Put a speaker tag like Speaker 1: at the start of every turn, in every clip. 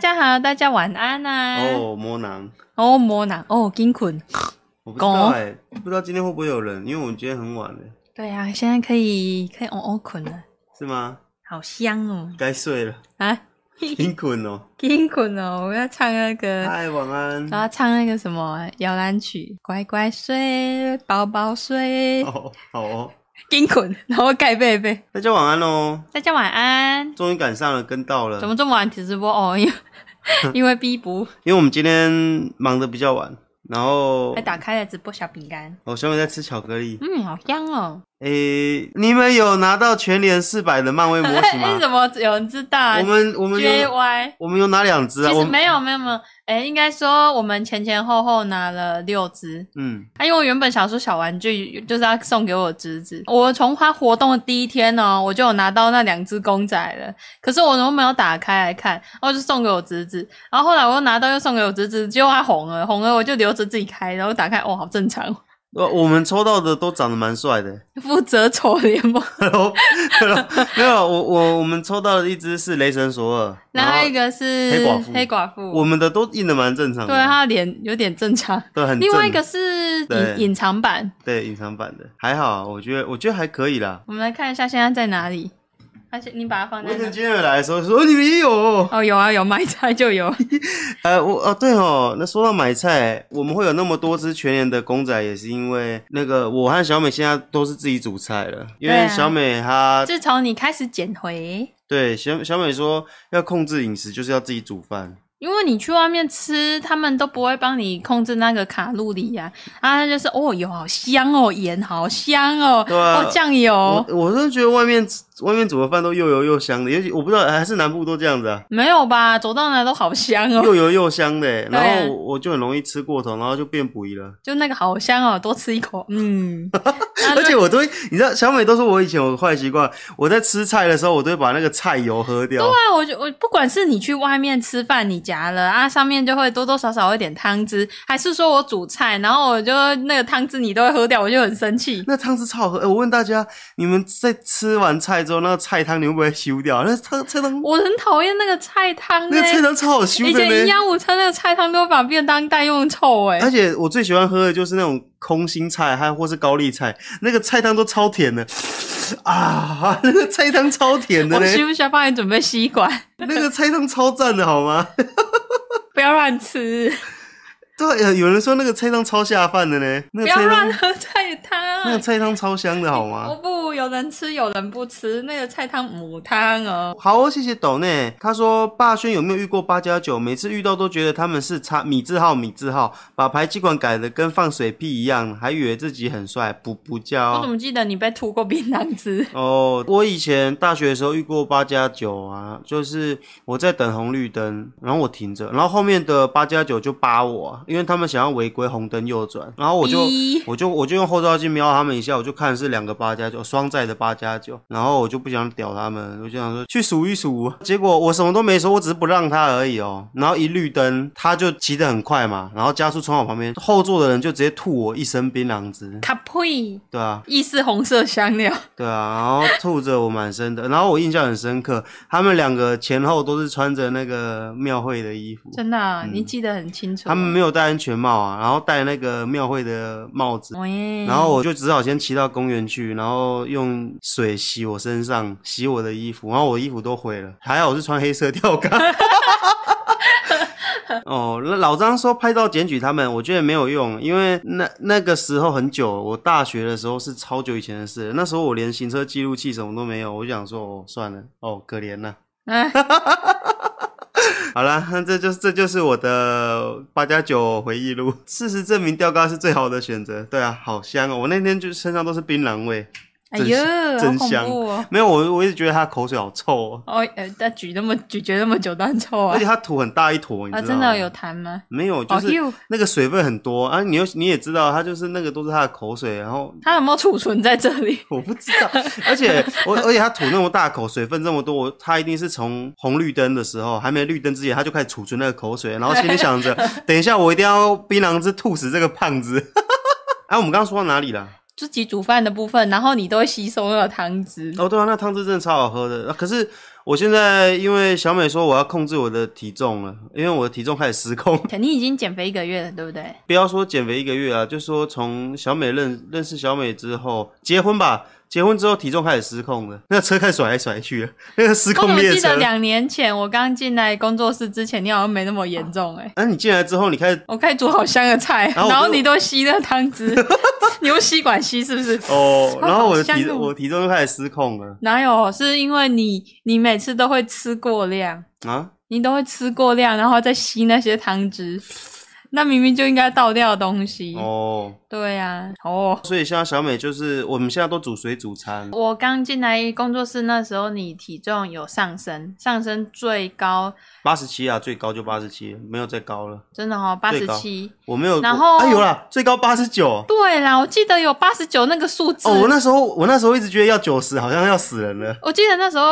Speaker 1: 家好，大家晚安呐、啊。
Speaker 2: 哦，摸囊，
Speaker 1: 哦，摸囊，哦，金困。
Speaker 2: 我不知道哎、不知道今天会不会有人，因为我们今天很晚了，
Speaker 1: 对呀、啊，现在可以可以哦哦困了，
Speaker 2: 是吗？
Speaker 1: 好香哦
Speaker 2: 该睡了，
Speaker 1: 啊，
Speaker 2: 辛苦 哦。
Speaker 1: 金困哦，我要唱那个。
Speaker 2: 嗨，晚安。
Speaker 1: 然后唱那个什么摇篮曲，乖乖睡，宝宝睡，
Speaker 2: 哦，好哦，
Speaker 1: 金捆，然后盖被被。
Speaker 2: 大家晚安哦。
Speaker 1: 大家晚安。
Speaker 2: 终于赶上了，跟到了。
Speaker 1: 怎么这么晚直播？哦， 因为因为逼不，
Speaker 2: 因为我们今天忙得比较晚，然后
Speaker 1: 还打开了直播小饼干。
Speaker 2: 我小美在吃巧克力。
Speaker 1: 嗯，好香哦。
Speaker 2: 诶、你们有拿到全联四百的漫威模型
Speaker 1: 为
Speaker 2: 吗？
Speaker 1: 什哎么有人知道啊？
Speaker 2: 我们我们有
Speaker 1: JY。
Speaker 2: 我们有拿两只啊，
Speaker 1: 其实
Speaker 2: 我们
Speaker 1: 没有没有没有，哎、应该说我们前前后后拿了六只。
Speaker 2: 嗯，
Speaker 1: 啊，因为我原本想说小玩具就是要送给我侄子，我从他活动的第一天呢、我就有拿到那两只公仔了，可是我都没有打开来看，然后就送给我侄子，然后后来我又拿到又送给我侄子，结果他红了，红了我就留着自己开，然后打开，哦，好正常，
Speaker 2: 我我们抽到的都长得蛮帅的。
Speaker 1: 负责丑联盟，
Speaker 2: Hello，没有我我我们抽到的一只是雷神索尔，
Speaker 1: 然
Speaker 2: 然
Speaker 1: 后
Speaker 2: 后
Speaker 1: 一个是
Speaker 2: 黑寡妇
Speaker 1: 黑寡妇，
Speaker 2: 我们的都印的蛮正常
Speaker 1: 对
Speaker 2: 的，
Speaker 1: 他的脸有点正常，
Speaker 2: 对，很正
Speaker 1: 另外一个是
Speaker 2: 对
Speaker 1: 隐隐藏版，
Speaker 2: 对隐藏版的还好啊，我觉得我觉得还可以啦。
Speaker 1: 我们来看一下现在在哪里，而且你把它放在
Speaker 2: 我
Speaker 1: 哪
Speaker 2: 跟？今天来的时候说哦你们也有哦，
Speaker 1: 哦，有啊，有买菜就有。
Speaker 2: 呃，我哦对哦，那说到买菜，我们会有那么多只全年的公仔，也是因为那个我和小美现在都是自己煮菜了，因
Speaker 1: 对
Speaker 2: 为
Speaker 1: 啊
Speaker 2: 小美她
Speaker 1: 自从你开始减肥，
Speaker 2: 对小小美说要控制饮食，就是要自己煮饭。
Speaker 1: 因为你去外面吃，他们都不会帮你控制那个卡路里呀、啊。啊，就是哦，有好香哦，盐好香哦，
Speaker 2: 对啊
Speaker 1: 哦酱油
Speaker 2: 我我是觉得外面外面煮的饭都又油又香的，尤其我不知道还是南部都这样子啊，
Speaker 1: 没有吧？走到哪都好香哦，
Speaker 2: 又油又香的欸、
Speaker 1: 对啊
Speaker 2: 然后我我就很容易吃过头，然后就变补一了。
Speaker 1: 就那个好香哦，多吃一口， 嗯。啊
Speaker 2: 而且
Speaker 1: 对
Speaker 2: 我都会，你知道，小美都说我以前有个坏习惯，我在吃菜的时候，我都会把那个菜油喝掉。
Speaker 1: 对啊，我就我不管是你去外面吃饭，你夹了啊，上面就会多多少少有点汤汁，还是说我煮菜，然后我就那个汤汁你都会喝掉，我就很生气。
Speaker 2: 那汤汁超好喝、欸我问大家，你们在吃完菜之后，那个菜汤你会不会修掉？那汤菜汤，
Speaker 1: 我很讨厌那个菜汤、欸，
Speaker 2: 那个菜汤超好修
Speaker 1: 以
Speaker 2: 的
Speaker 1: 前营
Speaker 2: 呢。
Speaker 1: 养午餐那个菜汤都把便当袋用臭哎、
Speaker 2: 而且我最喜欢喝的就是那种空心菜，还有或是高丽菜，那个菜汤都超甜的啊！那个菜汤超甜的
Speaker 1: 我
Speaker 2: 呢，
Speaker 1: 需不需要帮你准备吸管？
Speaker 2: 那个菜汤超赞的好吗？
Speaker 1: 不要乱吃，
Speaker 2: 对，呃有人说那个菜汤超下饭的呢，那
Speaker 1: 不
Speaker 2: 个
Speaker 1: 要
Speaker 2: 菜汤
Speaker 1: 乱喝菜
Speaker 2: 那个
Speaker 1: 汤。
Speaker 2: 菜汤超香的好
Speaker 1: 我
Speaker 2: 吗？
Speaker 1: 不，有人吃，有人不吃。那个菜汤母汤哦，
Speaker 2: 好哦，谢谢斗内。他说霸轩有没有遇过八加九？每次遇到都觉得他们是差米字号米字号，把排气管改的跟放水屁一样，还以为自己很帅，不不
Speaker 1: 我怎
Speaker 2: 叫。
Speaker 1: 么记得你被吐过槟榔汁？
Speaker 2: 哦，我以前大学的时候遇过八加九啊，就是我在等红绿灯，然后我停着，然后后面的八加九就扒我啊，因为他们想要违规红灯右转，然后我就
Speaker 1: 咦
Speaker 2: 我就我就用后照镜瞄他们一下，我就看是两个八加九双载的八加九，然后我就不想屌他们，我就想说去数一数。啊结果我什么都没说，我只是不让他而已哦。然后一绿灯，他就骑得很快嘛，然后加速冲我旁边，后座的人就直接吐我一身槟榔汁。
Speaker 1: 卡呸！
Speaker 2: 对啊，
Speaker 1: 意式红色香料，
Speaker 2: 对啊，然后吐着我满身的，然后我印象很深刻，他们两个前后都是穿着那个庙会的衣服，
Speaker 1: 真的啊、你记得很清楚。啊
Speaker 2: 嗯他们没有戴安全帽啊，然后戴那个庙会的帽子，
Speaker 1: 喂，
Speaker 2: 然后我就只好先骑到公园去，然后用水洗我身上，洗我的衣服，然后我衣服都毁了，还好我是穿黑色吊嘎。 哦，那老张说拍照检举他们，我觉得没有用，因为那那个时候很久，我大学的时候是超久以前的事了，那时候我连行车记录器什么都没有，我就想说哦算了，哦可怜呐、
Speaker 1: 哎，
Speaker 2: 好啦，那这就是这就是我的八加九回忆录。事实证明，吊嘎是最好的选择。对啊，好香哦！我那天就身上都是槟榔味，
Speaker 1: 哎呦，好
Speaker 2: 真
Speaker 1: 恐
Speaker 2: 香
Speaker 1: 怖哦！
Speaker 2: 没有我，我一直觉得它口水好臭哦，
Speaker 1: 哦，呃，他咀那么咀嚼那么久，当然臭啊
Speaker 2: 而且！它吐很大一坨，你知
Speaker 1: 啊，
Speaker 2: 道吗？
Speaker 1: 真的有痰吗？
Speaker 2: 没有？就
Speaker 1: 哦
Speaker 2: 是
Speaker 1: 呦，
Speaker 2: 那个水分很多啊，你又你也知道，它就是那个都是它的口水，然后
Speaker 1: 它有没有储存在这里？
Speaker 2: 我不知道，而且我而且它吐那么大口，水分这么多，我它一定是从红绿灯的时候还没绿灯之前，它就开始储存那个口水，然后心里 想着，等一下我一定要槟榔汁吐死这个胖子。 哎、我们刚刚说到哪里了？
Speaker 1: 自己煮饭的部分，然后你都会吸收那个汤汁。
Speaker 2: 哦哦，对啊，那汤汁真的超好喝的。啊可是我现在因为小美说我要控制我的体重了，因为我的体重开始失控。
Speaker 1: 肯定已经减肥一个月了，对不对？
Speaker 2: 不要说减肥一个月啊，就说从小美认认识小美之后，结婚吧，结婚之后体重开始失控了，那车开始甩来甩去了，那个失
Speaker 1: 哦我
Speaker 2: 控
Speaker 1: 怎么
Speaker 2: 列
Speaker 1: 记得
Speaker 2: 车。
Speaker 1: 两年前我刚进来工作室之前，你好像没那么严重 哎、
Speaker 2: 啊那、你进来之后，你开始
Speaker 1: 我开始煮好香的菜，
Speaker 2: 然后我
Speaker 1: 然后
Speaker 2: 就
Speaker 1: 你都吸那个汤 汁，你用吸管吸是不是？
Speaker 2: 哦，然后我的
Speaker 1: 好
Speaker 2: 体
Speaker 1: 香哦
Speaker 2: 我体重就开始失控了
Speaker 1: 哪有？是因为你你每次都会吃过量，
Speaker 2: 啊！
Speaker 1: 你都会吃过量，然后再吸那些汤汁，那明明就应该倒掉的东西。
Speaker 2: 哦，
Speaker 1: 对呀、哦。
Speaker 2: 所以像小美就是我们现在都煮水煮餐，
Speaker 1: 我刚进来工作室那时候，你体重有上升，上升最高
Speaker 2: 八十七啊，最高就八十七，没有再高了。
Speaker 1: 真的哦，八
Speaker 2: 最
Speaker 1: 十
Speaker 2: 高
Speaker 1: 七。
Speaker 2: 我没有，
Speaker 1: 然
Speaker 2: 我
Speaker 1: 后
Speaker 2: 啊有啦，最高八十九。
Speaker 1: 对啦，我记得有八十九那个数字。
Speaker 2: 哦，我那时候我那时候一直觉得要九十，好像要死人了。
Speaker 1: 我记得那时候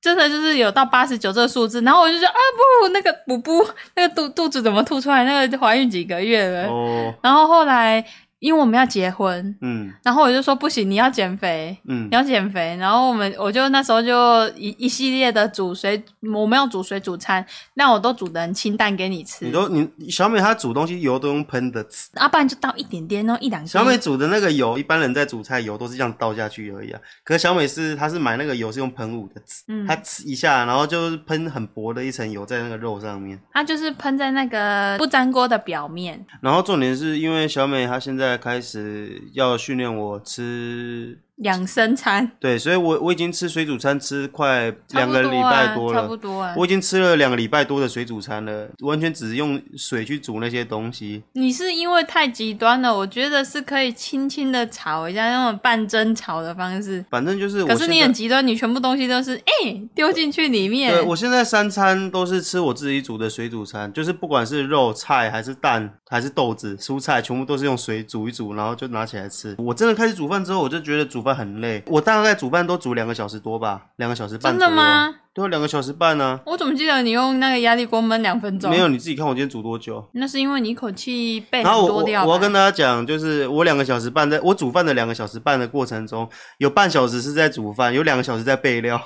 Speaker 1: 真的就是有到八十九这个数字，然后我就觉得啊不，那个补补那个肚肚子怎么吐出来？那个怀孕几个月了？
Speaker 2: 哦，
Speaker 1: 然后后来因为我们要结婚，
Speaker 2: 嗯
Speaker 1: 然后我就说不行，你要减肥。
Speaker 2: 嗯
Speaker 1: 你，要减肥，然后我们我就那时候就一一系列的煮水，我没有煮水煮餐，那我都煮的很清淡给你吃
Speaker 2: 你，都你小美她煮东西油都用喷的，呲
Speaker 1: 啊，不然就倒一点点，然后一两滴。
Speaker 2: 小美煮的那个油，一般人在煮菜油都是这样倒下去而已啊。可是小美是她是买那个油是用喷雾的，呲
Speaker 1: 嗯
Speaker 2: 她呲一下，然后就是喷很薄的一层油在那个肉上面。
Speaker 1: 它就是喷在那个不粘锅的表面，
Speaker 2: 然后重点是因为小美她现在开始要训练我吃。
Speaker 1: 养生餐，
Speaker 2: 对，所以我我已经吃水煮餐吃快
Speaker 1: 差
Speaker 2: 两
Speaker 1: 不
Speaker 2: 个
Speaker 1: 多
Speaker 2: 礼
Speaker 1: 啊
Speaker 2: 拜多了，
Speaker 1: 差不多啊。
Speaker 2: 我已经吃了两个礼拜多的水煮餐了，完全只用水去煮那些东西。
Speaker 1: 你是因为太极端了，我觉得是可以轻轻的炒一下，那种半蒸炒的方式。
Speaker 2: 反正就是
Speaker 1: 可
Speaker 2: 我现在，
Speaker 1: 是你很极端，你全部东西都是哎丢进去里面
Speaker 2: 对，我现在三餐都是吃我自己煮的水煮餐，就是不管是肉、菜还是蛋还是豆子、蔬菜，全部都是用水煮一煮，然后就拿起来吃。我真的开始煮饭之后，我就觉得煮饭很累，我大概煮饭都煮两个小时多吧，两个小时半。
Speaker 1: 真的？吗？
Speaker 2: 对啊，两个小时半呢、
Speaker 1: 我怎么记得你用那个压力锅焖两分
Speaker 2: 啊。
Speaker 1: 钟？
Speaker 2: 没有，，你自己看我今天煮多久。
Speaker 1: 那是因为你一口气被哎很
Speaker 2: 然后我
Speaker 1: 多
Speaker 2: 我
Speaker 1: 掉
Speaker 2: 我要
Speaker 1: 吧
Speaker 2: 跟大家讲，就是我两个小时半在，我煮饭的两个小时半的过程中，有半小时是在煮饭，有两个小时在备料。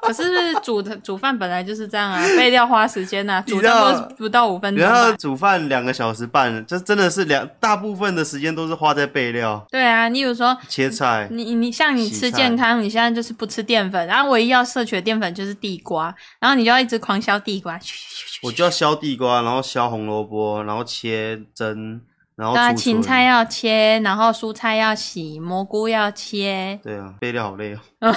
Speaker 1: 可是煮的 煮饭本来就是这样啊，备料花时间呐、啊，
Speaker 2: 你
Speaker 1: 煮
Speaker 2: 知道
Speaker 1: 差不多不到五分钟
Speaker 2: 然后
Speaker 1: 吧。
Speaker 2: 煮饭两个小时半，这真的是两大部分的时间都是花在备料、
Speaker 1: 对啊，你比如说
Speaker 2: 切菜。
Speaker 1: 你你像你
Speaker 2: 洗
Speaker 1: 吃
Speaker 2: 菜
Speaker 1: 健康，你现在就是不吃淀粉，然后唯一要摄取的淀粉就是地瓜，然后你就要一直狂削地瓜，
Speaker 2: 我就要削地瓜，然后削红萝卜，然后切蒸，然后
Speaker 1: 对啊，
Speaker 2: 储存。
Speaker 1: 芹菜要切，然后蔬菜要洗，蘑菇要切。
Speaker 2: 对啊，备料好 累哦，哦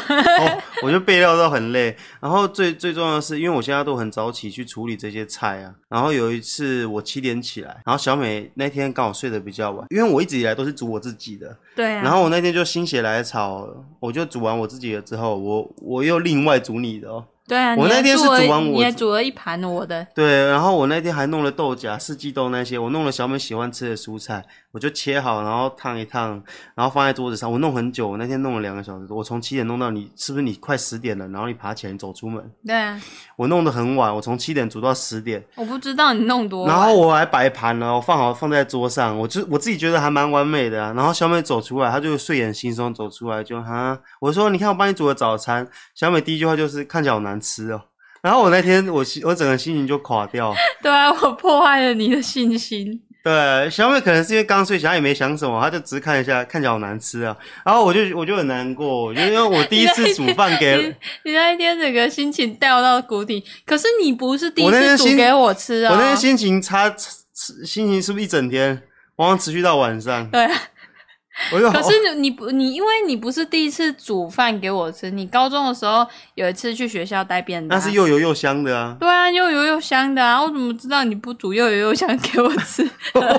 Speaker 2: 我就备料到很累。然后最最重要的是，因为我现在都很早起去处理这些菜啊。然后有一次我七点起来，然后小美那天刚好睡得比较晚，因为我一直以来都是煮我自己的。
Speaker 1: 对啊，
Speaker 2: 然后我那天就心血来潮，我就煮完我自己的之后，我我又另外煮你的哦。
Speaker 1: 对啊，
Speaker 2: 我
Speaker 1: 你
Speaker 2: 那
Speaker 1: 还
Speaker 2: 天是
Speaker 1: 了
Speaker 2: 煮完我
Speaker 1: 你也煮了一盘我的，
Speaker 2: 对，然后我那天还弄了豆荚、四季豆那些，我弄了小美喜欢吃的蔬菜，我就切好，然后烫一烫，然后放在桌子上。我弄很久，我那天弄了两个小时多，我从七点弄到你，是不是你快十点了？然后你爬起来你走出门，
Speaker 1: 对啊，
Speaker 2: 我弄得很晚，我从七点煮到十点，
Speaker 1: 我不知道你弄多晚，
Speaker 2: 然后我还摆盘了，我放好放在桌上，我就我自己觉得还蛮完美的啊、然后小美走出来，她就睡眼惺忪走出来，就哈，我说你看我帮你煮的早餐。小美第一句话就是看起来好难吃哦。然后我那天我心我整个心情就垮掉。
Speaker 1: 对啊，我破坏了你的信心。
Speaker 2: 对，小美可能是因为刚睡，想也没想什么，她就只是看一下，看起来好难吃啊。然后我就我就很难过，我就因为我第一次煮饭
Speaker 1: 你
Speaker 2: 给，
Speaker 1: 你那一天整个心情掉到谷底，可是你不是第一
Speaker 2: 我那天
Speaker 1: 次煮
Speaker 2: 心
Speaker 1: 给我吃啊、
Speaker 2: 我那天心情差，心情是不是一整天，往往持续到晚上。
Speaker 1: 对 啊，
Speaker 2: 我就
Speaker 1: 可
Speaker 2: 哦
Speaker 1: 是你不你因为你不是第一次煮饭给我吃，你高中的时候有一次去学校带便当，
Speaker 2: 那是又油又香的啊。
Speaker 1: 对啊，又油又香的啊！我怎么知道你不煮又油又香给我吃？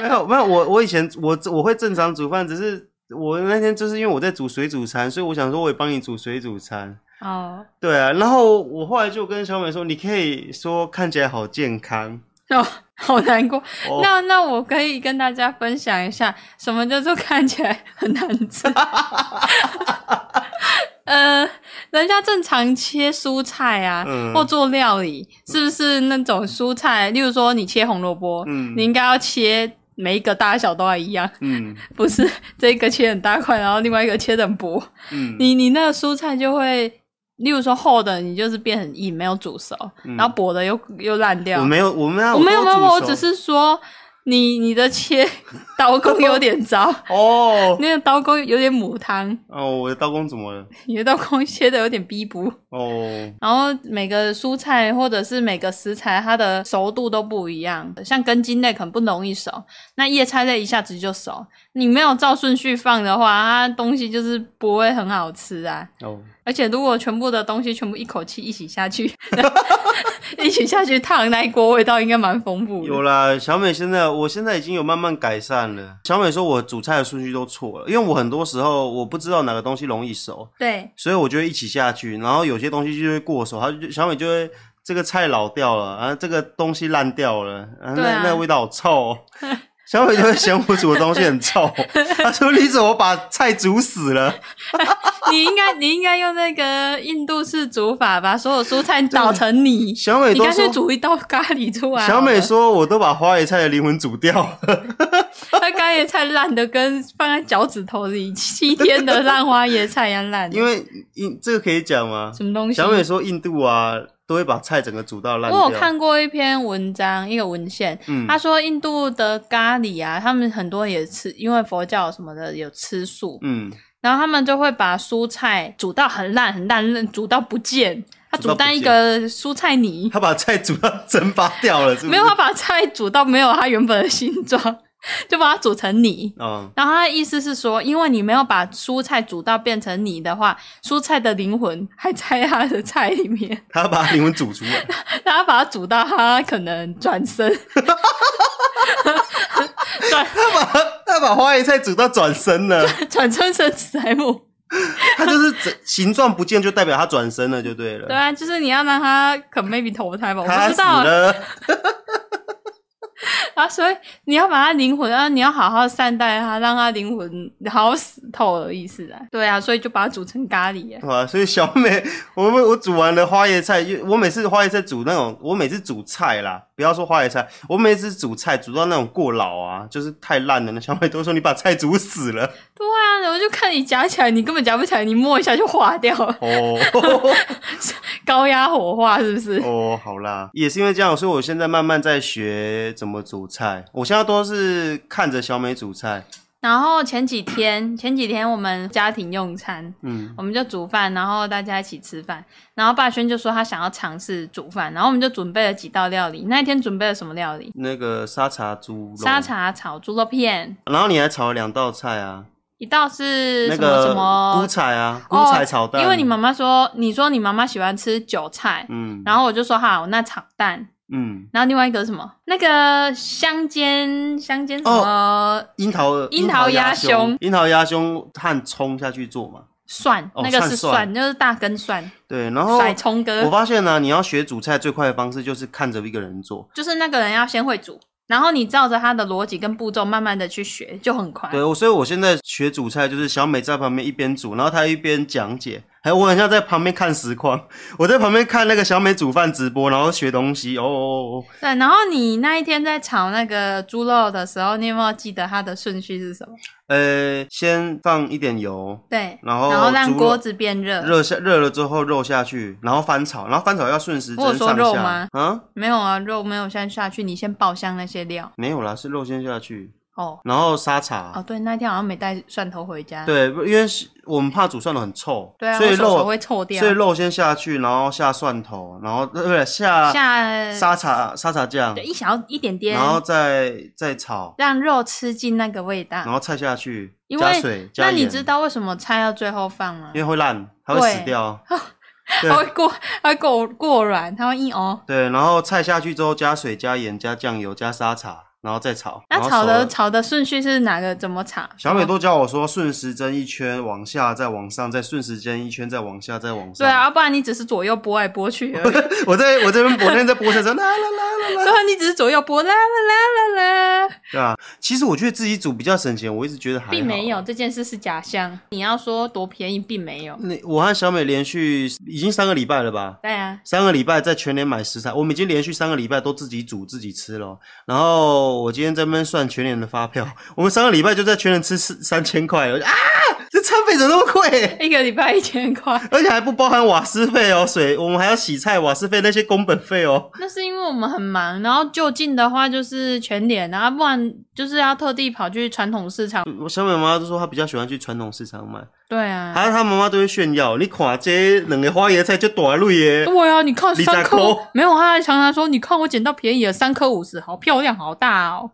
Speaker 2: 没有没有，我我以前我我会正常煮饭，只是我那天就是因为我在煮水煮餐，所以我想说我也帮你煮水煮餐。
Speaker 1: 哦，
Speaker 2: 对啊，然后我后来就跟小美说，你可以说看起来好健康。
Speaker 1: 哦，好难过。
Speaker 2: 哦
Speaker 1: 那那我可以跟大家分享一下，什么叫做看起来很难吃？呃，人家正常切蔬菜啊，
Speaker 2: 嗯
Speaker 1: 或做料理，是不是那种蔬菜？例如说你切红萝卜，
Speaker 2: 嗯
Speaker 1: 你应该要切每一个大小都要一样，
Speaker 2: 嗯
Speaker 1: 不是这个切很大块，然后另外一个切得很薄，
Speaker 2: 嗯，
Speaker 1: 你你那个蔬菜就会例如说厚的你就是变很硬，没有煮熟，然后薄的又又烂掉。
Speaker 2: 嗯我没有，我没有，
Speaker 1: 我没有没有，我只是
Speaker 2: 是
Speaker 1: 说你你的切刀工有点糟，
Speaker 2: 哦
Speaker 1: 你的刀工有点母汤，
Speaker 2: 哦，我的刀工怎么了？
Speaker 1: 你的刀工切的有点逼补。
Speaker 2: 哦，
Speaker 1: 然后每个蔬菜或者是每个食材，它的熟度都不一样。像根茎类可能不容易熟，那叶菜类一下子就熟。你没有照顺序放的话，它东西就是不会很好吃啊。
Speaker 2: 哦，
Speaker 1: 而且如果全部的东西全部一口气一起下去， 一起下去烫那一锅味道应该蛮丰富
Speaker 2: 有
Speaker 1: 的。
Speaker 2: 啦，小美现在我现在已经有慢慢改善了。小美说我煮菜的顺序都错了，因为我很多时候我不知道哪个东西容易熟，
Speaker 1: 对，
Speaker 2: 所以我就会一起下去，然后有些东西就会过熟，她就小美就会。这个菜老掉了啊，这个东西烂掉了啊，那
Speaker 1: 对啊
Speaker 2: 那味道好臭、 哦。小美就会嫌我煮的东西很臭，她说：“你怎么把菜煮死了？”
Speaker 1: 你应该你应该用那个印度式煮法，把所有蔬菜捣成泥。
Speaker 2: 小美
Speaker 1: 你
Speaker 2: 都
Speaker 1: 干脆
Speaker 2: 说，
Speaker 1: 煮一道咖喱出来好了。
Speaker 2: 小美说我都把花椰菜的灵魂煮掉 了。
Speaker 1: 它干椰菜烂的跟放在脚趾头里七天的烂花椰菜一样烂，
Speaker 2: 因为印这个可以讲吗？
Speaker 1: 什么东西？
Speaker 2: 小美说印度啊，都会把菜整个煮到烂掉。
Speaker 1: 我有看过一篇文章，一个文献，
Speaker 2: 嗯
Speaker 1: 他说印度的咖喱啊，他们很多也吃，因为佛教什么的有吃素，
Speaker 2: 嗯，
Speaker 1: 然后他们就会把蔬菜煮到很烂很烂，煮到不见，他
Speaker 2: 煮到
Speaker 1: 煮
Speaker 2: 不见
Speaker 1: 当一个蔬菜泥，
Speaker 2: 她把菜煮到蒸发掉了，是 不是？
Speaker 1: 没有啊他把菜煮到没有它原本的形状，就把它煮成泥。
Speaker 2: 嗯，
Speaker 1: 然后他的意思是说，因为你没有把蔬菜煮到变成泥的话，蔬菜的灵魂还在他的菜里面，
Speaker 2: 她把灵魂煮出来。
Speaker 1: 然后把它煮到他可能转身， 转
Speaker 2: 她把她把花椰菜煮到转 身了，
Speaker 1: 转身成史莱姆。
Speaker 2: 她就是整形状不见，就代表她转身了，就对了。
Speaker 1: 对啊，就是你要让他可能 maybe 投胎吧，我
Speaker 2: 她
Speaker 1: 不知
Speaker 2: 死
Speaker 1: 道
Speaker 2: 了，
Speaker 1: 啊。所以你要把他灵魂，啊，你要好好善待他，让他灵魂好好死透的意思啊。对啊，所以就把它煮成咖喱啊。
Speaker 2: 哇！所以小美，我们我煮完了花椰菜，因为我每次花椰菜煮那种，我每次煮菜啦，不要说花椰菜，我每次煮菜煮到那种过老啊，就是太烂了。那小美都说你把菜煮死了
Speaker 1: 对啊，我就看你夹起来，你根本夹不起来，你摸一下就化掉 了。
Speaker 2: 哦
Speaker 1: 高压火化是不是？
Speaker 2: 哦，好啦，也是因为这样，所以我现在慢慢在学怎么煮菜。我现在都是看着小美煮菜，
Speaker 1: 然后前几天，前几天我们家庭用餐，
Speaker 2: 嗯，
Speaker 1: 我们就煮饭，然后大家一起吃饭。然后霸轩就说他想要尝试煮饭，然后我们就准备了几道料理。那一天准备了什么料理？
Speaker 2: 那个沙茶猪肉，
Speaker 1: 沙，茶炒猪肉片，
Speaker 2: 然后你还炒了两道菜啊，
Speaker 1: 一道是
Speaker 2: 那
Speaker 1: 什么
Speaker 2: 个
Speaker 1: 什
Speaker 2: 菇
Speaker 1: 么？
Speaker 2: 菜啊，菇
Speaker 1: 哦
Speaker 2: 菜炒蛋，
Speaker 1: 因为你妈妈说，你说你妈妈喜欢吃韭菜，
Speaker 2: 嗯，
Speaker 1: 然后我就说好，那炒蛋。
Speaker 2: 嗯，
Speaker 1: 然后另外一个是什么？那个香煎香煎什么
Speaker 2: 樱桃呃
Speaker 1: 樱桃鸭胸，
Speaker 2: 樱桃鸭胸和葱下去做嘛。
Speaker 1: 蒜？
Speaker 2: 哦
Speaker 1: 那个是
Speaker 2: 蒜蒜哦
Speaker 1: 蒜，就是大根蒜，
Speaker 2: 对，然后
Speaker 1: 甩葱哥。
Speaker 2: 我发现呢、你要学煮菜最快的方式就是看着一个人做。
Speaker 1: 就是那个人要先会煮，然后你照着他的逻辑跟步骤慢慢的去学，就很快。
Speaker 2: 对，我所以我现在学煮菜就是小美在旁边一边煮，然后她一边讲解，还有我很像在旁边看实况，我在旁边看那个小美煮饭直播，然后学东西。哦哦哦，
Speaker 1: 对然后你那一天在炒那个猪肉的时候，你有没有记得它的顺序是什么？
Speaker 2: 呃，先放一点油，
Speaker 1: 对，
Speaker 2: 然后
Speaker 1: 然后让
Speaker 2: 哦猪
Speaker 1: 锅
Speaker 2: 肉
Speaker 1: 子变热。
Speaker 2: 热下热了之后肉下去，然后翻炒，然后翻炒要顺时
Speaker 1: 我有
Speaker 2: 针
Speaker 1: 说
Speaker 2: 上
Speaker 1: 肉
Speaker 2: 下。
Speaker 1: 吗
Speaker 2: 啊，
Speaker 1: 没有啊，肉没有先下去，你先爆香那些料。
Speaker 2: 没有啦，是肉先下去，
Speaker 1: 哦
Speaker 2: 然后沙茶。
Speaker 1: 哦，对，那天好像没带蒜头回家。
Speaker 2: 对，因为是我们怕煮蒜头很臭，
Speaker 1: 对啊，
Speaker 2: 所以
Speaker 1: 我手手
Speaker 2: 肉
Speaker 1: 会臭掉
Speaker 2: 所以。肉先下去，然后下蒜头，然后呃不是下
Speaker 1: 下
Speaker 2: 沙茶沙茶酱
Speaker 1: 对，一小一点点，
Speaker 2: 然后再再炒，
Speaker 1: 让肉吃进那个味
Speaker 2: 然
Speaker 1: 道。
Speaker 2: 后菜下去，
Speaker 1: 因
Speaker 2: 加
Speaker 1: 为
Speaker 2: 水加
Speaker 1: 那
Speaker 2: 盐，
Speaker 1: 你知道为什么菜要最后放吗
Speaker 2: 因？为会烂，它会死
Speaker 1: 对
Speaker 2: 掉。
Speaker 1: 它 会
Speaker 2: 对
Speaker 1: 过，它会过过软，它会硬哦。
Speaker 2: 对，然后菜下去之后加水加盐加酱油加沙茶，然后再炒。
Speaker 1: 那
Speaker 2: 然后
Speaker 1: 炒
Speaker 2: 熟
Speaker 1: 的
Speaker 2: 了
Speaker 1: 炒的顺序是哪个？怎么炒？
Speaker 2: 小美都教我说顺时针一圈往下，再往上，再顺时针一圈，再往下，再往上。
Speaker 1: 对啊，要不然你只是左右拨来拨去而已。
Speaker 2: 我在我这边我那天在播的时候，啦啦啦啦啦，
Speaker 1: 对啊，你只是左右拨啦啦啦啦啦，
Speaker 2: 对啊。其实我觉得自己煮比较省钱，我一直觉得还好
Speaker 1: 并没有这件事是假象。你要说多便宜，并没有。
Speaker 2: 那我和小美连续已经三个礼拜了吧？
Speaker 1: 对啊，
Speaker 2: 三个礼拜在全年买食材，我们已经连续三个礼拜都自己煮自己吃了。然 后我今天在那边算全年的发票，我们三个礼拜就在全年吃四三千块了，我就啊，这餐费怎么那么贵？
Speaker 1: 一个礼拜一千块。
Speaker 2: 而且还不包含瓦斯费哦，水我们还要洗菜、瓦斯费那些工本费哦。
Speaker 1: 那是因为我们很忙，然后就近的话就是全脸啊，不然就是要特地跑去传统市场。
Speaker 2: 我小美妈妈都说她比较喜欢去传统市场买，
Speaker 1: 对啊，
Speaker 2: 还有她妈妈都会炫耀，你看这两个花椰菜就大类耶，
Speaker 1: 对啊，你看
Speaker 2: 你
Speaker 1: 三
Speaker 2: 咋
Speaker 1: 颗
Speaker 2: 抠，
Speaker 1: 没有，他还常常说，你看我捡到便宜了，三颗五十，好漂亮，好大 哦。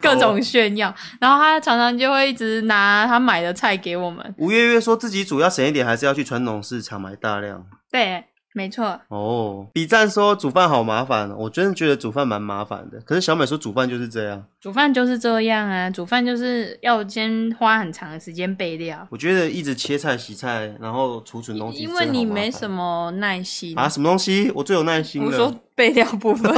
Speaker 1: 各种炫耀，然后他常常就会一直拿他买的菜给我们。
Speaker 2: 吴月月说自己煮要省一点，还是要去传统市场买大量。
Speaker 1: 对，没错，
Speaker 2: 哦，比赞说煮饭好麻烦哦，我真的觉得煮饭蛮麻烦的。可是小美说煮饭就是这样，
Speaker 1: 煮饭就是这样啊，煮饭就是要先花很长的时间备料，
Speaker 2: 我觉得一直切菜、洗菜，然后储存东西，
Speaker 1: 因为你没什么
Speaker 2: 么
Speaker 1: 耐心
Speaker 2: 啊，什么东西，我最有耐心
Speaker 1: 我
Speaker 2: 了
Speaker 1: 说。备料部 分，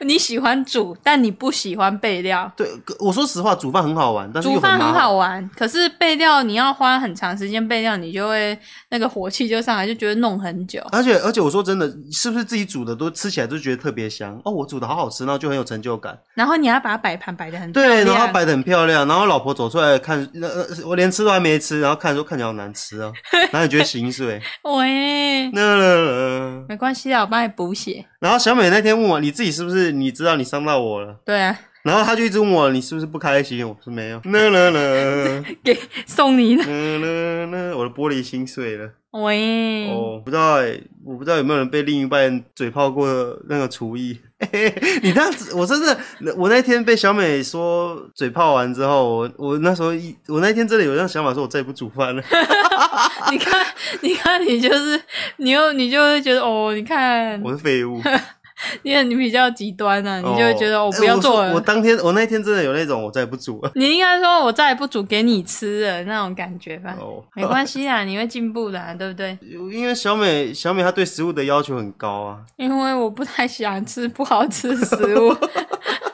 Speaker 1: 你喜欢煮，但你不喜欢备料。
Speaker 2: 对，可我说实话，煮饭很好玩，但是
Speaker 1: 煮
Speaker 2: 又
Speaker 1: 饭
Speaker 2: 麻
Speaker 1: 很
Speaker 2: 烦。
Speaker 1: 好玩，可是备料你要花很长时间备料，你就会那个火气就上来，就觉得弄很久。
Speaker 2: 而且而且，我说真的，是不是自己煮的都吃起来都觉得特别香哦？我煮的好好吃，然后就很有成就感。
Speaker 1: 然后你要把它摆盘摆的很漂
Speaker 2: 对，
Speaker 1: 亮
Speaker 2: 然后摆的很漂亮，然后老婆走出来看，那、呃、我连吃都还没吃，然后看说看起来好难吃哦，然后你觉得心碎。
Speaker 1: 喂，
Speaker 2: 那了
Speaker 1: 没关系啊，我帮你补血。
Speaker 2: 然后小美那天问我，你自己是不是你知道你伤到我了？
Speaker 1: 对啊，
Speaker 2: 然后她就一直问我，你是不是不开心？我说没有。那了了，
Speaker 1: 给送你的。
Speaker 2: 那了了，我的玻璃心碎了。
Speaker 1: 喂，
Speaker 2: 哦，不知道哎、我不知道有没有人被另一半嘴炮过那个厨艺。 你这样子，我真的，我那天被小美说嘴炮完之后，我我那时候一，我那天真的有这样想法，说我再也不煮饭了。
Speaker 1: 你看，你看，你就是你又你就会觉得哦，你看，
Speaker 2: 我是废物，
Speaker 1: 因为你比较极端啊， 你就会觉得
Speaker 2: 哦
Speaker 1: 哦，不要
Speaker 2: 哎我
Speaker 1: 做
Speaker 2: 说
Speaker 1: 了。
Speaker 2: 我当天，我那天真的有那种我再也不煮了。
Speaker 1: 你应该说我再也不煮给你吃了那种感觉吧？
Speaker 2: 哦，
Speaker 1: 没关系啦，你会进步的、啊，对不对？
Speaker 2: 因为小美小美她对食物的要求很高啊。
Speaker 1: 因为我不太想吃不好吃的食 物，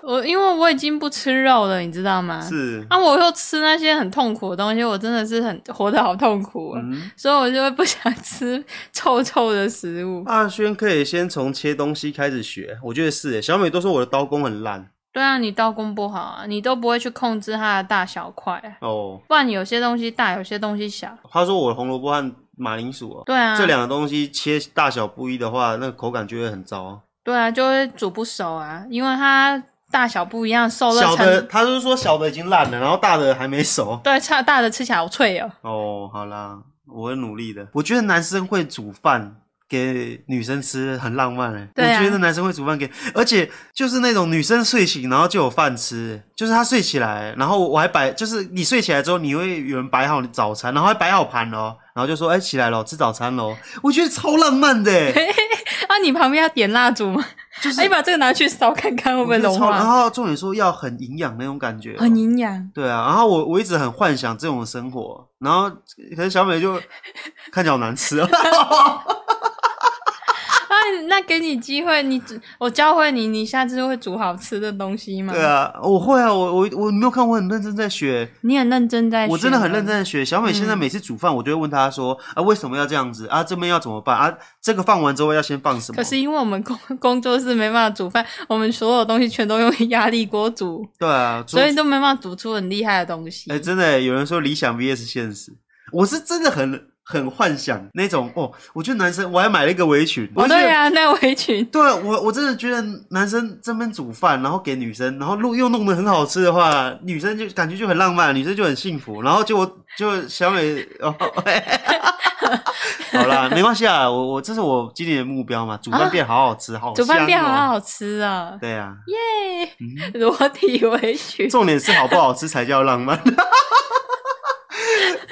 Speaker 1: 我因为我已经不吃肉了，你知道吗？
Speaker 2: 是，
Speaker 1: 啊，我又吃那些很痛苦的东西，我真的是很活得好痛苦、啊，
Speaker 2: 嗯，
Speaker 1: 所以我就会不想吃臭臭的食物。
Speaker 2: 阿轩可以先从切东西开始学，我觉得是欸诶。小美都说我的刀工很烂
Speaker 1: 对啊，你刀工不好啊，你都不会去控制它的大小块、啊，
Speaker 2: 哦。
Speaker 1: 不然有些东西大，有些东西小。
Speaker 2: 她说我的红萝卜和马铃薯哦，
Speaker 1: 对啊，
Speaker 2: 这两个东西切大小不一的话，那个口感就会很糟啊。
Speaker 1: 对啊，就会煮不熟啊，因为它大小不一样，受热
Speaker 2: 小的，
Speaker 1: 程
Speaker 2: 她就是说小的已经烂了，然后大的还没熟。
Speaker 1: 对，差大的吃起来好脆哦。
Speaker 2: 哦，好啦，我会努力的。我觉得男生会煮饭。给女生吃很浪漫哎、
Speaker 1: 对啊
Speaker 2: 我觉得男生会煮饭给，而且就是那种女生睡醒然后就有饭吃，就是她睡起来，然后我还摆，就是你睡起来之后，你会有人摆好你早餐，然后还摆好盘哦，然后就说哎、起来咯，吃早餐咯。我觉得超浪漫 的、欸，
Speaker 1: 啊，你旁边要点蜡烛吗？
Speaker 2: 就是
Speaker 1: 哎、你把这个拿去烧看看会不会
Speaker 2: 我觉得
Speaker 1: 融
Speaker 2: 超然
Speaker 1: 化，
Speaker 2: 后重点说要很营养那种感觉哦，
Speaker 1: 很营养。
Speaker 2: 对啊，然后我我一直很幻想这种生活，然后可是小 美就看起来好难吃啊，
Speaker 1: 啊，那给你机会，你只我教会你，你下次会煮好吃的东西吗？
Speaker 2: 对，啊，我会啊，我我我没有看，我很认真在学，
Speaker 1: 你很认真在，啊嗯
Speaker 2: 我真的很认真。在学。小美现在每次煮饭，我就会问她说、啊为什么要这样子啊，这边要怎么办啊，这个放完之后要先放什么？
Speaker 1: 可是因为我们工工作室没办法煮饭，我们所有东西全都用压力锅煮，
Speaker 2: 对啊，
Speaker 1: 所以都没办法煮出很厉害的东西。哦
Speaker 2: 哎、真的欸有人说理想 VS 现实，我是真的很很幻想那种哦，我觉得男生我还买了一个围裙，
Speaker 1: 哦，
Speaker 2: 我觉得
Speaker 1: 对啊，那围裙，
Speaker 2: 对啊我我真的觉得男生这边煮饭，然后给女生，然后弄又弄得很好吃的话，女生就感觉就很浪漫，女生就很幸福。然后就我就小美， 哦、好啦，没关系啊，我我这是我今年的目标嘛，煮饭变好好吃，好哦
Speaker 1: 煮饭变好
Speaker 2: 好。
Speaker 1: 好吃啊！
Speaker 2: 对啊，
Speaker 1: 耶，
Speaker 2: 嗯
Speaker 1: 裸体围裙。
Speaker 2: 重点是好不好吃才叫浪漫。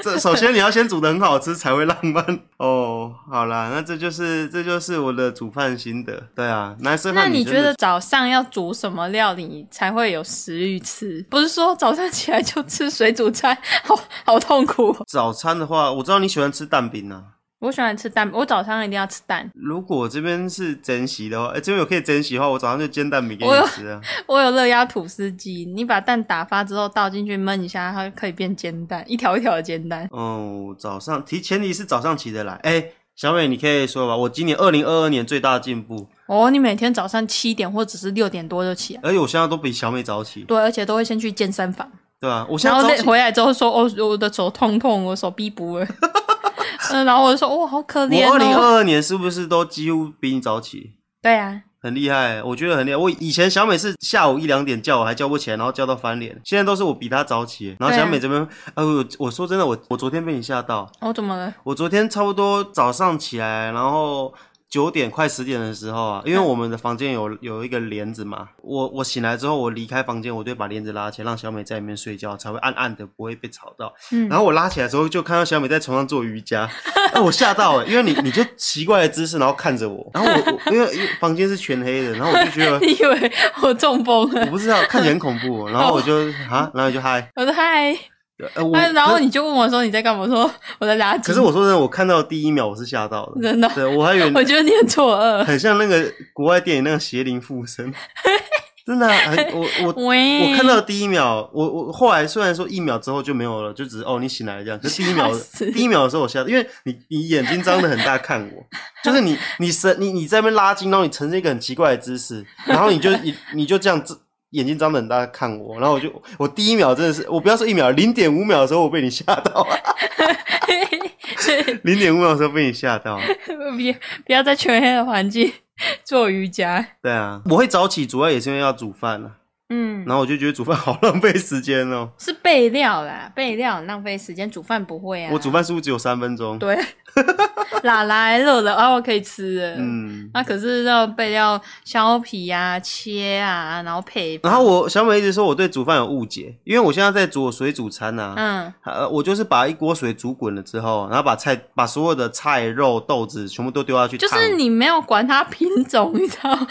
Speaker 2: 这首先你要先煮的很好吃才会浪漫哦。好啦，那这就是这就是我的煮饭心得。对啊，男生和
Speaker 1: 那你
Speaker 2: 女生
Speaker 1: 觉
Speaker 2: 的
Speaker 1: 得早上要煮什么料理你才会有食欲吃？不是说早上起来就吃水煮菜，好好痛苦哦。
Speaker 2: 早餐的话，我知道你喜欢吃蛋饼啊。
Speaker 1: 我喜欢吃蛋，我早上一定要吃蛋。
Speaker 2: 如果这边是珍惜的话，哎、这边有可以珍惜的话，我早上就煎蛋饼给你
Speaker 1: 我有
Speaker 2: 吃啊。
Speaker 1: 我有热压吐司机，你把蛋打发之后倒进去焖一下，它可以变煎蛋，一条一条的煎蛋。
Speaker 2: 哦，早上提前提是早上起得来。哎、小美，你可以说吧，我今年二零二二年最大的进步，
Speaker 1: 哦，你每天早上七点或者是六点多就起来，
Speaker 2: 而且我现在都比小美早起。
Speaker 1: 对，而且都会先去健身房。
Speaker 2: 对吧、我现
Speaker 1: 然
Speaker 2: 在
Speaker 1: 后
Speaker 2: 早
Speaker 1: 那
Speaker 2: 起
Speaker 1: 回来之后说，哦，我的手痛痛，我手臂 不了。嗯，然后我就说，哦，好可怜
Speaker 2: 我二零
Speaker 1: 哦。
Speaker 2: 二二年是不是都几乎比你早起？
Speaker 1: 对啊，
Speaker 2: 很厉害，我觉得很厉害。我以前小美是下午一两点叫我还叫不起来，然后叫到翻脸。现在都是我比她早起，然后
Speaker 1: 啊
Speaker 2: 小美这边，呃，我我说真的，我我昨天被你吓到，
Speaker 1: 我、哦怎么了？
Speaker 2: 我昨天差不多早上起来，然后九点快十点的时候啊，因为
Speaker 1: 嗯
Speaker 2: 我们的房间有有一个帘子嘛，我我醒来之后，我离开房间，我就把帘子拉起来，让小美在里面睡觉，才会暗暗的不会被吵到。
Speaker 1: 嗯
Speaker 2: 然后我拉起来之后，就看到小美在床上做瑜伽， 哎，我吓到了、因为你你就奇怪的姿势，然后看着我，然后我我因为因为房间是全黑的，然后我就觉 得
Speaker 1: 你以为我中风
Speaker 2: 我
Speaker 1: 了？
Speaker 2: 不知道，看起来很恐怖哦，然后我就啊，然后我就嗨，
Speaker 1: 我说嗨，
Speaker 2: 呃，我
Speaker 1: 啊然
Speaker 2: 可
Speaker 1: 后
Speaker 2: 是
Speaker 1: 你就问我说你在干嘛？我说我在拉筋。
Speaker 2: 可是我说真的，我看到第一秒我是吓到的，
Speaker 1: 真的
Speaker 2: 对我 还以为
Speaker 1: 我觉得你很错愕。
Speaker 2: 很像那个国外电影那个邪灵 附身，真的啊、很我我
Speaker 1: 喂，
Speaker 2: 我看到第一秒，我我后来虽然说一秒之后就没有了，就只是哦你醒来了这样，可是第一秒
Speaker 1: 吓死
Speaker 2: 第一秒的时候我吓到，因为你你眼睛张得很大看我，就是你你神你你在那边拉筋，然后你呈现一个很奇怪的姿势，然后你就你你就这样子。眼睛张得很大看我，然后我就我第一秒真的是，我不要说一秒，零点五秒的时候我被你吓到，啊零点五秒的时候被你吓 到，啊
Speaker 1: 别不要在全黑的环 境做瑜伽。
Speaker 2: 对啊，我会早起主要也是因为要煮饭啊，
Speaker 1: 嗯，
Speaker 2: 然后我就觉得煮饭好浪费时间哦、
Speaker 1: 是备料啦，备料很浪费时间，煮饭不会啊。
Speaker 2: 我煮饭是不是只有三分钟？
Speaker 1: 对，哪来热的啊？我可以吃了。嗯，
Speaker 2: 嗯。
Speaker 1: 那可是要备料削皮啊、切啊，然后配。
Speaker 2: 然后我小美一直说我对煮饭有误解，因为我现在在煮我水煮餐呐、啊，
Speaker 1: 嗯
Speaker 2: 呃、我就是把一锅水煮滚了之后，然后把菜、把所有的菜、肉、豆子全部都丢下去
Speaker 1: 就
Speaker 2: 烫，
Speaker 1: 是你没有管它品种， 你知道吗？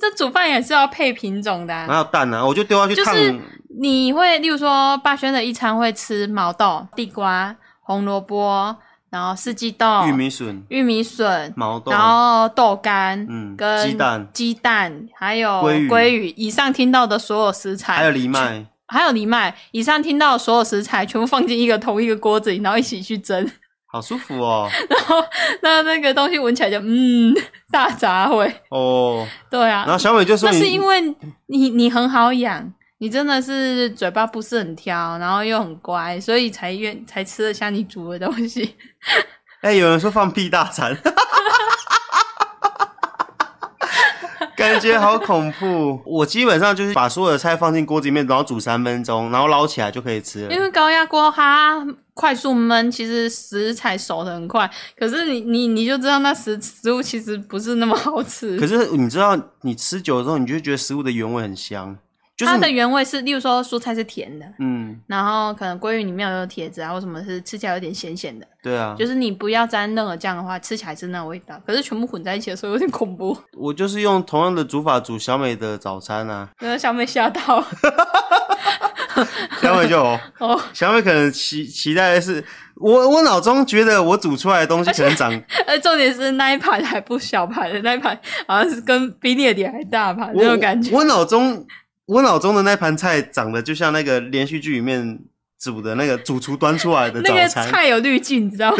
Speaker 1: 这煮饭也是要配品种的、
Speaker 2: 然
Speaker 1: 啊。
Speaker 2: 后蛋啊，我就丢下去烫，
Speaker 1: 就是你会，例如说，霸轩的一餐会吃毛豆、地瓜、红萝卜，然后四季豆、
Speaker 2: 玉米笋、
Speaker 1: 玉米笋，
Speaker 2: 毛豆，
Speaker 1: 哦然后豆干，
Speaker 2: 嗯
Speaker 1: 跟
Speaker 2: 鸡蛋
Speaker 1: 鸡蛋，还有
Speaker 2: 鲑鱼
Speaker 1: 鲑鱼，以上听到的所有食材，
Speaker 2: 还有藜麦，
Speaker 1: 还有藜麦，以上听到的所有食材全部放进一个同一个锅子里，然后一起去蒸，
Speaker 2: 好舒服哦。
Speaker 1: 然后那那个东西闻起来就嗯大杂烩，
Speaker 2: 哦，
Speaker 1: 对啊
Speaker 2: 然，后小美就说
Speaker 1: 那
Speaker 2: 你
Speaker 1: 是因为你你很好养，你真的是嘴巴不是很挑，然后又很乖，所以才愿才吃得下你煮的东西。
Speaker 2: 哎、有人说放屁大餐， 感觉好恐怖。我基本上就是把所有的菜放进锅子里面，然后煮三分钟，然后捞起来就可以吃
Speaker 1: 因
Speaker 2: 了。
Speaker 1: 为高压锅它快速焖，其实食材熟的很快，可是你你你就知道那食食物其实不是那么好吃。
Speaker 2: 可是你知道，你吃久了之后，你就会觉得食物的原味很香，就是
Speaker 1: 它的
Speaker 2: 你
Speaker 1: 原味是，例如说蔬菜是甜的，
Speaker 2: 嗯，
Speaker 1: 然后可能鲑鱼里面有铁子啊，或什么是吃起来有点咸咸的，
Speaker 2: 对啊，
Speaker 1: 就是你不要沾任何酱的话，吃起来是那个味道。可是全部混在一起的时候有点恐怖，
Speaker 2: 我就是用同样的煮法煮小美的早餐啊，
Speaker 1: 真的小美吓到
Speaker 2: 小美就有。
Speaker 1: 哦。
Speaker 2: 小美可能期期待的是，我我脑中觉得我煮出来的东西可能长
Speaker 1: 呃，重点是那一盘还不小盘的，那一盘好像是跟比你的脸还大盘
Speaker 2: 我
Speaker 1: 那种感觉。
Speaker 2: 我我脑中我脑中的那盘菜长得就像那个连续剧里面煮的那个主厨端出来的
Speaker 1: 那个
Speaker 2: 早餐。
Speaker 1: 菜有滤镜，你知道吗？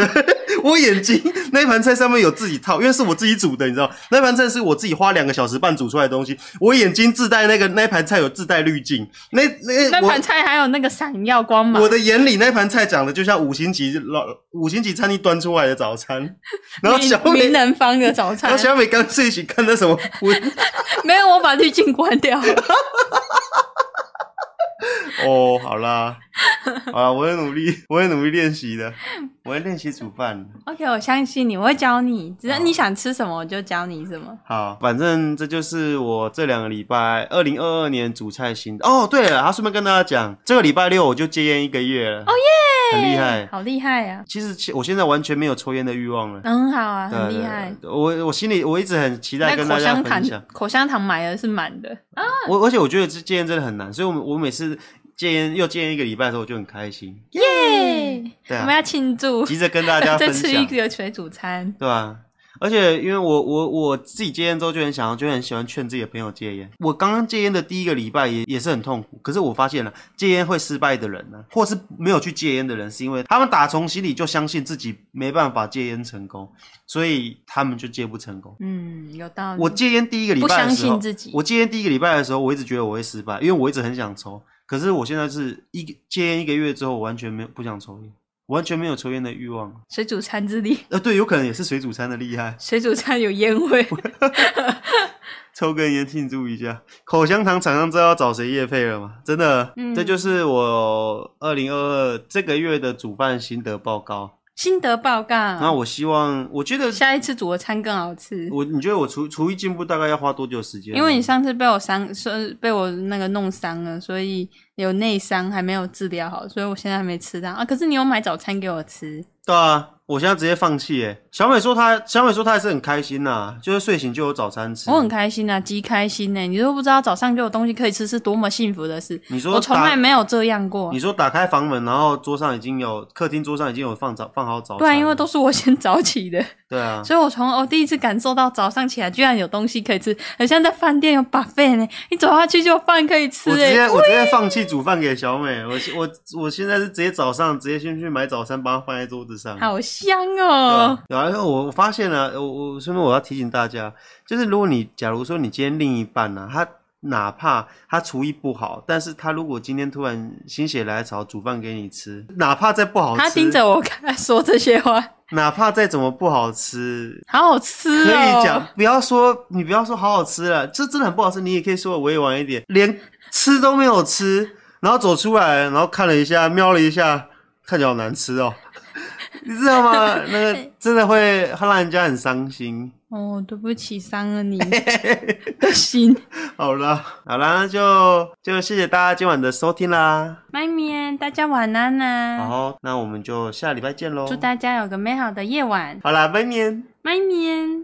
Speaker 2: 我眼睛那盘菜上面有自己套，因为是我自己煮的，你知道，那盘菜是我自己花两个小时半煮出来的东西。我眼睛自带那个那盘菜有自带滤镜，那那
Speaker 1: 那盘
Speaker 2: 我。
Speaker 1: 菜还有那个闪耀光芒
Speaker 2: 我，的眼里那盘菜长得就像五星级老五星级餐厅端出来的 早餐，然后
Speaker 1: 名
Speaker 2: 小美，
Speaker 1: 名人坊的早餐
Speaker 2: 然后。小美刚睡醒看那什么婚，
Speaker 1: 没有，我把滤镜关掉了。
Speaker 2: 哦，好啦， 好啦，我会努力， 我会努力练习的，我会练习煮饭。
Speaker 1: OK，我相信你，我会教你，只要
Speaker 2: 好
Speaker 1: 你想吃什么，我就教你什么。
Speaker 2: 好，反正这就是我这两个礼拜，二零二二年煮菜心得。哦，对了，然后顺便跟大家讲，这个礼拜六我就戒烟一个月了。哦耶，很厉害。
Speaker 1: 好厉害啊！
Speaker 2: 其实其我现在完全没有抽烟的欲望了。
Speaker 1: 很好啊，
Speaker 2: 对
Speaker 1: 很厉害。。
Speaker 2: 对对我我心里我一直很期待
Speaker 1: 那
Speaker 2: 跟
Speaker 1: 口
Speaker 2: 大家
Speaker 1: 香
Speaker 2: 分享
Speaker 1: 糖，。口香糖买的是满的，
Speaker 2: 我而且我觉得这戒烟真的很难，所以我我每次戒烟又戒烟一个礼拜的时候，我就很开心，
Speaker 1: 耶！
Speaker 2: 对啊
Speaker 1: 我们要庆祝，
Speaker 2: 急着跟大 家
Speaker 1: 再
Speaker 2: 分
Speaker 1: 吃一
Speaker 2: 享。
Speaker 1: 个水煮餐。
Speaker 2: 对啊，而且因为我我我自己戒烟之后就很想要，就很喜欢劝自己的朋友戒烟。我刚刚戒烟的第一个礼拜也也是很痛苦，可是我发现了、戒烟会失败的人呢、或是没有去戒烟的人，是因为他们打从心里就相信自己没办法戒烟成功，所以他们就戒不成功。
Speaker 1: 嗯，有道理。
Speaker 2: 我戒烟第一个礼拜的时候，
Speaker 1: 不相信自己
Speaker 2: 我戒烟第一个礼拜的时候，我一直觉得我会失败，因为我一直很想抽。可是我现在是一个戒烟一个月之后，我完全没有不想抽烟，完全没有抽烟的欲望。
Speaker 1: 水煮餐之力，
Speaker 2: 呃，对，有可能也是水煮餐的厉害，
Speaker 1: 水煮餐有烟 味，
Speaker 2: 抽根烟庆祝一下。口香糖厂商知道要找谁叶配了吗？真的，
Speaker 1: 嗯
Speaker 2: 这就是我二零二二这个月的主办心得报告。
Speaker 1: 心得报告。
Speaker 2: 那我希望，我觉得
Speaker 1: 下一次煮的餐更好吃，
Speaker 2: 我你觉得我厨厨艺进步大概要花多久时间呢？
Speaker 1: 因为你上次被我伤，说被我那个弄伤了，所以有内伤还没有治疗好，所以我现在还没吃到啊。可是你有买早餐给我吃，
Speaker 2: 对啊，我现在直接放弃哎。小美说她，小美说她还是很开心呐、就是睡醒就有早餐吃。
Speaker 1: 我很开心啊，极开心呢、你都不知道早上就有东西可以吃，是多么幸福的事。
Speaker 2: 你说
Speaker 1: 我从
Speaker 2: 打
Speaker 1: 来没有这样过
Speaker 2: 你。说打开房门，然后桌上已经有客厅桌上已经有放早放好早餐了，
Speaker 1: 对啊，因为都是我先早起 的，
Speaker 2: 对啊，
Speaker 1: 所以我从我第一次感受到早上起来居然有东西可以吃，很像在饭店有 buffet 呢、你走下去就有饭可以吃
Speaker 2: 我直
Speaker 1: 哎、
Speaker 2: 接我直接放弃煮饭给小美，我我我现在是直接早上直接先去买早餐，把它放在桌子上。
Speaker 1: 好香
Speaker 2: 嗯对
Speaker 1: 哦、
Speaker 2: 啊，然后我我发现了、我我顺便我要提醒大家，就是如果你假如说你今天另一半呢、他哪怕他厨艺不好，但是他如果今天突然心血来潮煮饭给你吃，哪怕再不好吃，
Speaker 1: 他盯着我看说这些话，
Speaker 2: 哪怕再怎么不好吃，
Speaker 1: 好好吃
Speaker 2: 可
Speaker 1: 哦、
Speaker 2: 以讲，不要说你不要说好好吃了，这真的很不好吃，你也可以说我委婉一点，连吃都没有吃，然后走出来，然后看了一下，瞄了一下，看起来好难吃哦， 你知道吗？那个真的会让人家很伤心。
Speaker 1: 哦，对不起，伤 了你的心。
Speaker 2: 好啦，好啦，那就就谢谢大家今晚的收听啦。
Speaker 1: 麦面，大家晚安啊
Speaker 2: 然
Speaker 1: 啦！
Speaker 2: 后，那我们就下礼拜见喽。
Speaker 1: 祝大家有个美好的夜晚，
Speaker 2: 好啦，拜年。
Speaker 1: 麦面。